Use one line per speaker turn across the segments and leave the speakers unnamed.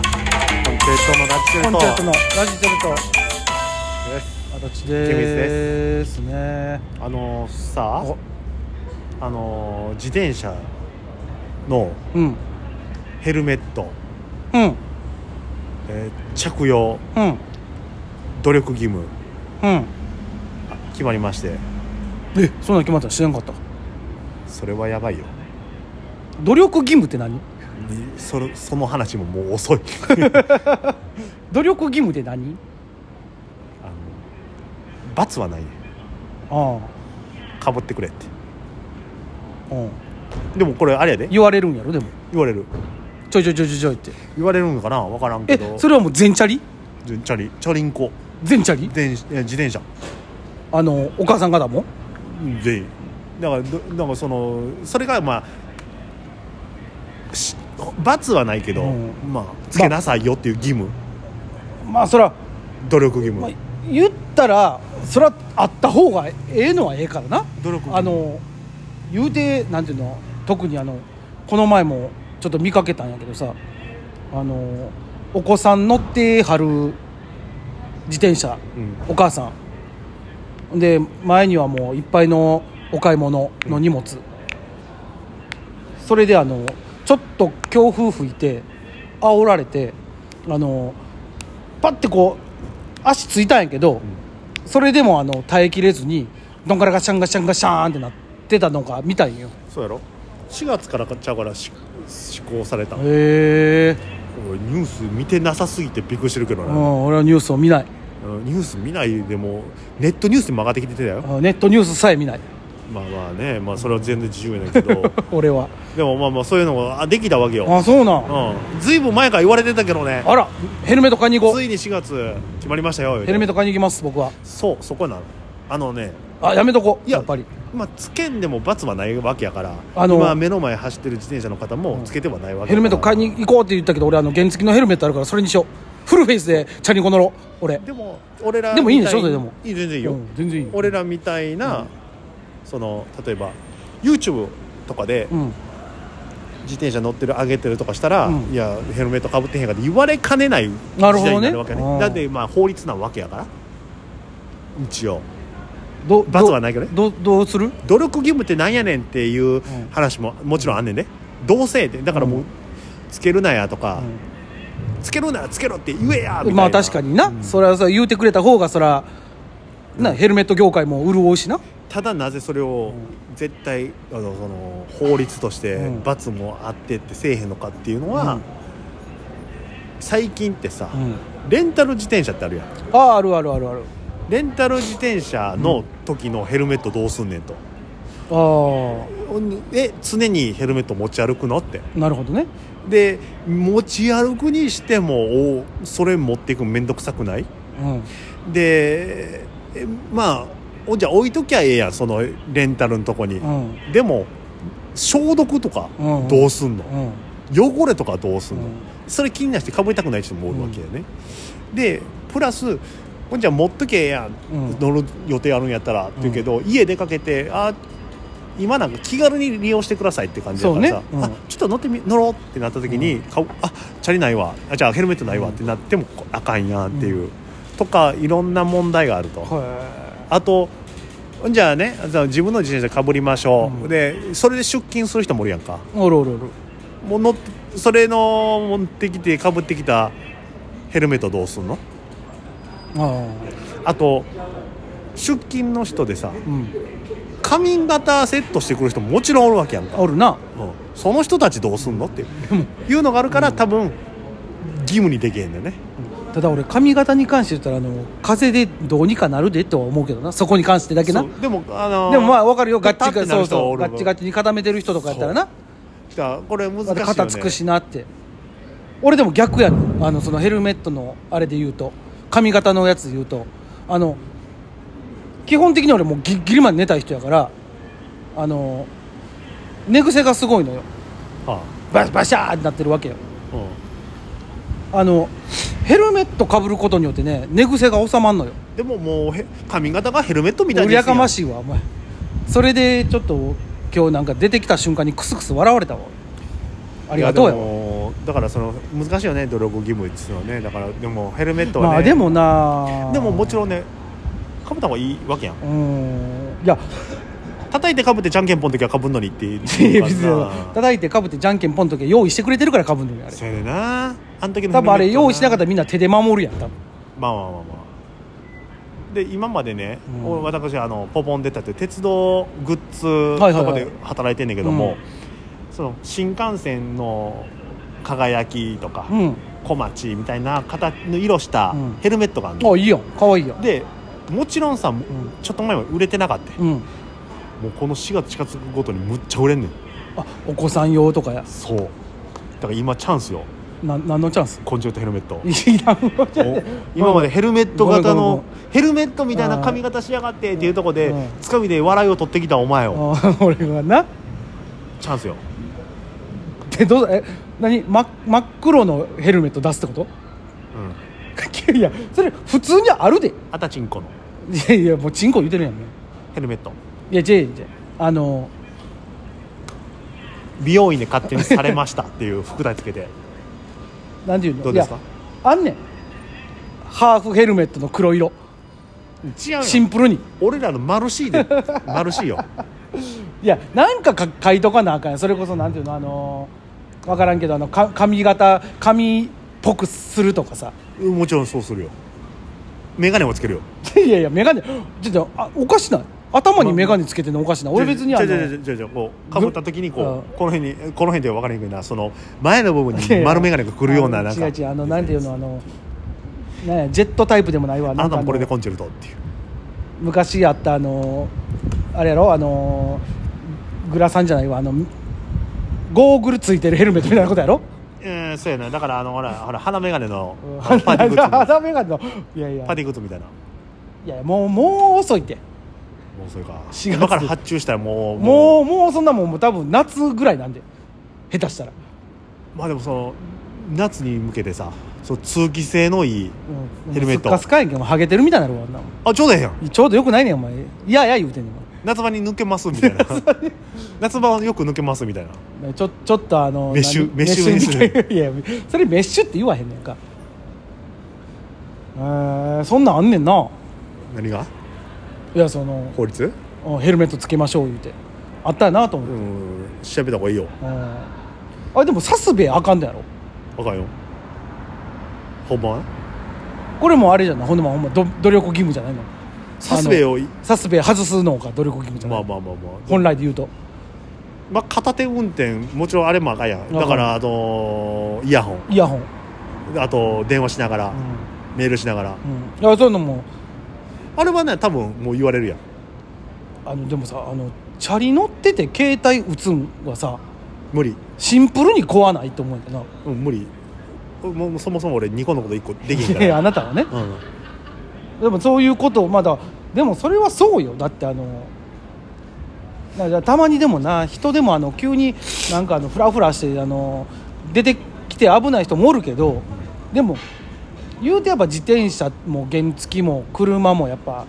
チェルトのラジチェル
コン
ト
チェルトのラジチェルト
です
足立
清水
で
です
ね
あのさ
お
あの自転車の
うん
ヘルメット、
うん
えー着用
うん
努力義務
うん
あ決まりまして
えそんなん決まったの知らんかった
それはやばいよ
努力義務って何
にそれその話ももう 遅い
努力義務って何
あの罰はないね
あ
かぶってくれって
あうん
でもこれあれやで
言われるんやろでも
言われる
ちょいちょいちょいちょいちょいって
言われるんかな分からんけ
え
ど
それはもう全チャリ
チャリチャリンコ
全チャリ
電え自転車
あのお母さん方も
全員だからどなんかそのそれがまあし罰はないけど、
うん
まあつけなさいよっていう義務
まあそら、
努力義務、
まあ、言ったらそらあった方がええのはええからな
努力義務
あの言うてなんていうの特にあのこの前もちょっと見かけたんやけどさあのお子さん乗ってはる自転車、
うん
お母さんで前にはもういっぱいのお買い物の荷物、それであのちょっと強風吹いて煽られてあのパッてこう足ついたんやけど、それでもあの耐えきれずにどんからガシャンガシャンガシャーンってなってたのが見たんよ
そうやろ4月からかちゃうからし施行された、
へえ、
おいニュース見てなさすぎてびっくりしてるけど
う
ね、
ん、俺はニュースを見ない
うんニュース見ないでもネットニュースに曲がってきてたよ、
ネットニュースさえ見ない
まあまあねまあそれは全然自由やねんけ ど
俺は
でもまあまあそういうのがあできたわけよ、
あそうなん
うん、ずいぶん前から言われてたけどね
あらヘルメット買いに行こ
つ
う
いに4月決まりましたよ
ヘルメッ
ト
ト買いに行きます僕は
そうそこなのあのね
あやめとこう
いや
やっぱり
まあつけんでも罰はないわけやから
あの
今目の前走ってる自転車の方もつけてはないわけ
ヘ
やから
ルメット買いに行こうって言ったけど俺あの原付のヘルメットあるからそれにしようフルフェイスでチャリンコ乗ろう俺
でも俺ら
でもいいんでしょ
みたに
それでも
いい全然いいよ、
うん全然いいよ
俺らみたいな、その例えば YouTube とかで
うん
自転車乗ってる上げてるとかしたら、
うん
いやヘルメットかぶってへんかって言われかねない時
なるほど
代にな
ね
るわけね
うん
だってまあ法律なわけやから一応
ど
罰はないけどね
どどうする
努力義務ってなんやねんっていう話ももちろんあんねんね同性でだからもう、
うん
つけるなやとか、
ん
つけるならつけろって言えやみたいな
まあ確かにな、それはさ言うてくれた方がそらなヘルメット業界も潤うしな
ただなぜそれを絶対あのその法律として
うん
罰もあってってせえへんのかっていうのは、
うん
最近ってさ、
うん
レンタル自転車ってあるやん
あああるあるあるある
レンタル自転車の時のヘルメットどうすんねんと、
あ
え常にヘルメット持ち歩くのって
あなるほどね
で持ち歩くにしてもおそれ持っていくのめんどくさくない
うん
でえまあおじゃあ置いときゃええやんそのレンタルのとこに、
うん
でも消毒とか
うん
どうすんの、
うん
汚れとかどうすんの、
うん
それ気になしてかぶりたくない人もおるわけやね、でプラスほんじゃ持っとけええやん、
うん
乗る予定あるんやったらって言うけど、家出かけてあ今なんか気軽に利用してくださいって感じだからさ、
そうねうん
あちょっと乗ってみ乗ろうってなった時に、かあチャリないわあじゃあヘルメットないわってなっても、あかんやんっていう、とかいろんな問題があると、
は
あとじゃあねじゃあ自分の自転車かぶりましょう、
うん
でそれで出勤する人もおるやんか
いおるおるおる
もう乗っそれの持ってきてかぶってきたヘルメットどうすんの
あ
あと出勤の人でさ
あうん
髪型セットしてくる人ももちろんおるわけやんか、
おるな
うんその人たちどうすんのっていういうのがあるから多分義務にできへんだよね
ただ俺髪型に関して言ったらあの風でどうにかなるでとは思うけどなそこに関してだけな
そうでもあのー
でもまあ分かるよガッチ
ペタっ
ガ
てな
そ
る
う
人は
そ
お
う
る
ガッチガチに固めてる人とかやったらな
だからこれ難しいよ、ね、
肩つくしなって俺でも逆やねんあのそのヘルメットのあれで言うと髪型のやつで言うとあの基本的に俺もうギリギリまで寝たい人やからあの寝癖がすごいのよ
は
ババシャーってなってるわけよ
あ
あのヘルメットかぶることによってね寝癖が収まんのよ
うんでももうへ髪型がヘルメットみたい
俺
に
やかま
い
しいわお前それでちょっと今日なんか出てきた瞬間にクスクス笑われたわありがとうやわ
やでもだからその難しいよね努力義務っていうのはねだからでもヘルメットはね、
まあでもな
でももち
ろん
ろんねかぶった方がいいわけやん
うんいや
叩いてかぶってじゃんけんぽんの時はかぶんのにっていう
別に叩いてかぶってじゃんけんポンとけ用意してくれてるからかぶんのよあれ
それでなあん時の
多分あれ用意しなかったたらみんな手で守るやん多分
まあまあまあまあで今までね、
うん
俺私あのポポン出たって鉄道グッズ
はいはいはい
とかで働いてんだけども、
うん
その新幹線の輝きとか、
うん
小町みたいな形の色した
うん
ヘルメットがあるの、
あいいやんかわいいやん
でもちろんさ、
ん
ちょっと前は売れてなかった、
うん
もうこの4月近づくごとにむっちゃ売れんねん
あお子さん用とかや
そうだから今チャンスよ
な何のチャンス
昆虫とヘルメット
いらんわ
お今までヘルメット型
ごめんごめんご
の
め
ヘルメットみたいな髪型しやがってっていうとこで
うん
つかみで笑いを取ってきたお前を
あ俺がな
チャンスよ
でどうえ何真真っ黒のヘルメット出すってこと
うん
いやそれ普通にあるでい
あたちんこの
やいやもうチンコ言うてるやんね
ヘルメット
いや J じゃあの
美容院で勝手にされましたっていう 副題つけて
なんていうの
どうですか
いやあんねんハーフヘルメットの黒色
違うよ
シンプルに
俺らのマルシーで マルシーよ
いやなんかか書いとかなあかんやんそれこそなんていうのあのー、分からんけどあのか髪型髪っぽくするとかさ
うんもちろんそうするよ眼鏡もつけるよ
いやいや眼鏡ちょっとあおかしない頭に眼鏡つけてんのおかしない俺別にあ
じゃじ
の
ゃじゃじゃこうかぶった時にこ
う
うこの辺にこの辺では分からへんけどなその前の部分に丸眼鏡がくるようななんか
違う違うあのなんていうのあのなんやジェットタイプでもないわ
あなたもこれで
んかあ
コン
の
チェルトっていう
昔やったあのあれやろあのグラサンじゃないわあのゴーグルついてるヘルメットみたいなことやろ
えー、そうやなだからあのほらほら鼻眼鏡のあのパーティーグッズみたいな
肌眼鏡のいやいや
パーティーグッズみたいない
やもうもう遅いって
もうそれか
月
今から発注したらもう
も
う
うもうそんなもんもう多分夏ぐらいなんで下手したら、
まあでもその夏に向けてさその通気性のいい
うん、
ヘルメット
スッカスカやんけお前ハゲてるみたいになるわあんなもん
あちょうどええやん
ちょうどよくないねんお前いやいや言うてんねんお前
夏場に抜けますみたい な夏場はよく抜けますみたいな
ちょちょっとあの
メッシュ
何
メッシュにする
メッシュにいやそれメッシュって言わへんねんかえー、そんなんあんねんな
何が
いやその
法律
うんヘルメットつけましょう言うてあったやなと思
う
って、
ん調べた方がいいよ
うんあでもサスベあかんだやろ
あかんよ本番
これもあれじゃないほんまほんまど努力義務じゃないの
サスベをい
あのサスベ外すのが努力義務じゃな
ま
い、
あまあまあまあ
本来で言うと
まあ片手運転もちろんあれもあかんやんだからあのイヤホン
イヤホン、うん
あと電話しながら、メールしながら
うん、いやそういうのも
あれはね多分もう言われるやん
あのでもさあのチャリ乗ってて携帯打つんはさ
無理、
シンプルに壊ないと思うんだな
うん、無理もうそもそも俺2個のこと1個できへんか
いや
ら
あなたはね
うん
でもそういうことをまだでもそれはそうよだってあのだからたまにでもな人でもあの急になんかあのフラフラしてあの出てきて危ない人もおるけどでも言うてやっぱ自転車も原付も車もやっぱ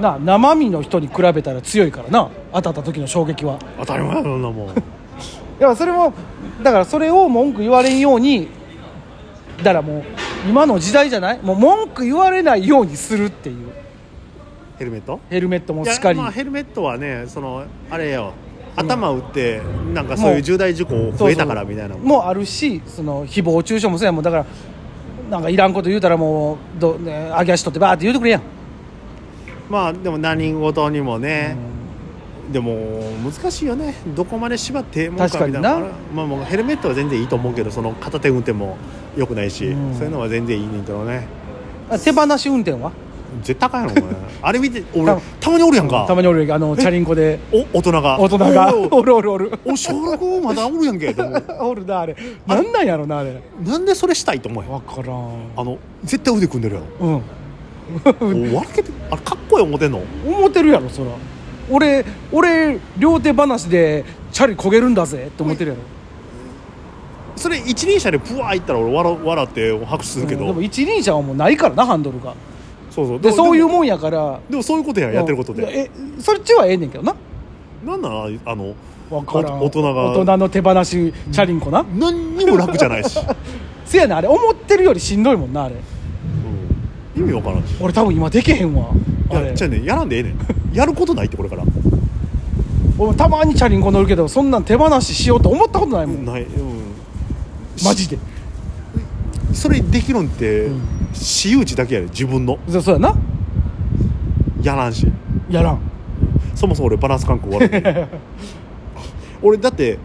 な生身の人に比べたら強いからな当たった時の衝撃は
当たり前やろそんなもん
いやそれもだからそれを文句言われんようにだからもう今の時代じゃないもう文句言われないようにするっていう
ヘルメット
ヘルメットもしっかり、
いやまあヘルメットはねそのあれよ頭打ってなんかそういう重大事故
そうそう
増えたからみたいなもん
もあるしその誹謗中傷もそうやもんだからなんかいらんこと言うたらもうど、ね、上げ足取ってバーって言うてくれやん、
まあでも何事にもね、でも難しいよねどこまで縛ってええもん
確か
か
に
み
な
たいなまあ、もうヘルメットは全然いいと思うけどその片手運転も良くないし、
うん
そういうのは全然いいねんけどね
あ手放し運転は
絶対あかんや ろお前あれ見て
た
俺たまにおるやんか
たまにおるやんあのチャリンコで
お大人が
大人が
おい
おるおるおる
おいお小6まだおるやんけと思う
おるなあれなんなんやろなあれ
なんでそれしたいと思うよ
分からん
あの絶対腕組んでるやろ
うん
お笑けてあれかっこいい思てんの
思ってるやろそら俺俺両手話でチャリ焦げるんだぜって思ってるやろ
それ一輪車でプワーいったら俺笑笑って拍手するけど、
うんでも一輪車はもうないからなハンドルが
そうそう
でそういう
も
もんやから
でもそういうことやんやってること
うんい
で
やえそっちはええねんけどな
なんならあの
わからん
大人が
大人の手放しチャリンコな、
何にも楽じゃ ないし、
せやなあれ思ってるよりしんどいもんなあれ
うん意味わからんし
俺多分今できへんわ
い
あれ
やじゃあねやらんでえ えねんやることないってこれから
俺たまにチャリンコ乗るけどそんなん手放ししようと思ったことないもん、
ない、うん、
マジで
それできるんって、
うん
私有地だけやで自分の
そそうやな
やらんし
やらん
そもそも俺バランス感覚悪い 俺だって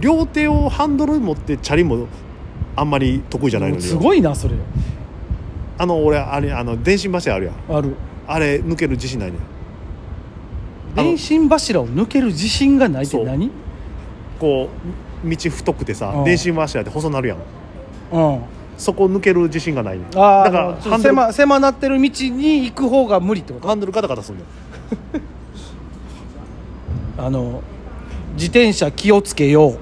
両手をハンドル持ってチャリもあんまり得意じゃないのに
すご
い
いなそれ
あの俺あれあの電信柱あるやん
ある
あれ抜ける自信ないねんあの
電信柱を抜ける自信がないって
そう
何
こう道太くてさ
うん
電信柱って細なるやん
うん
そこ抜ける自信がないねんだ
ああ
から
ちょ
ハ
っと
ンドル
狭狭なってる道に行く方が無理ってこと
ハンドルガタガタすんねん
あの自転車気をつけよう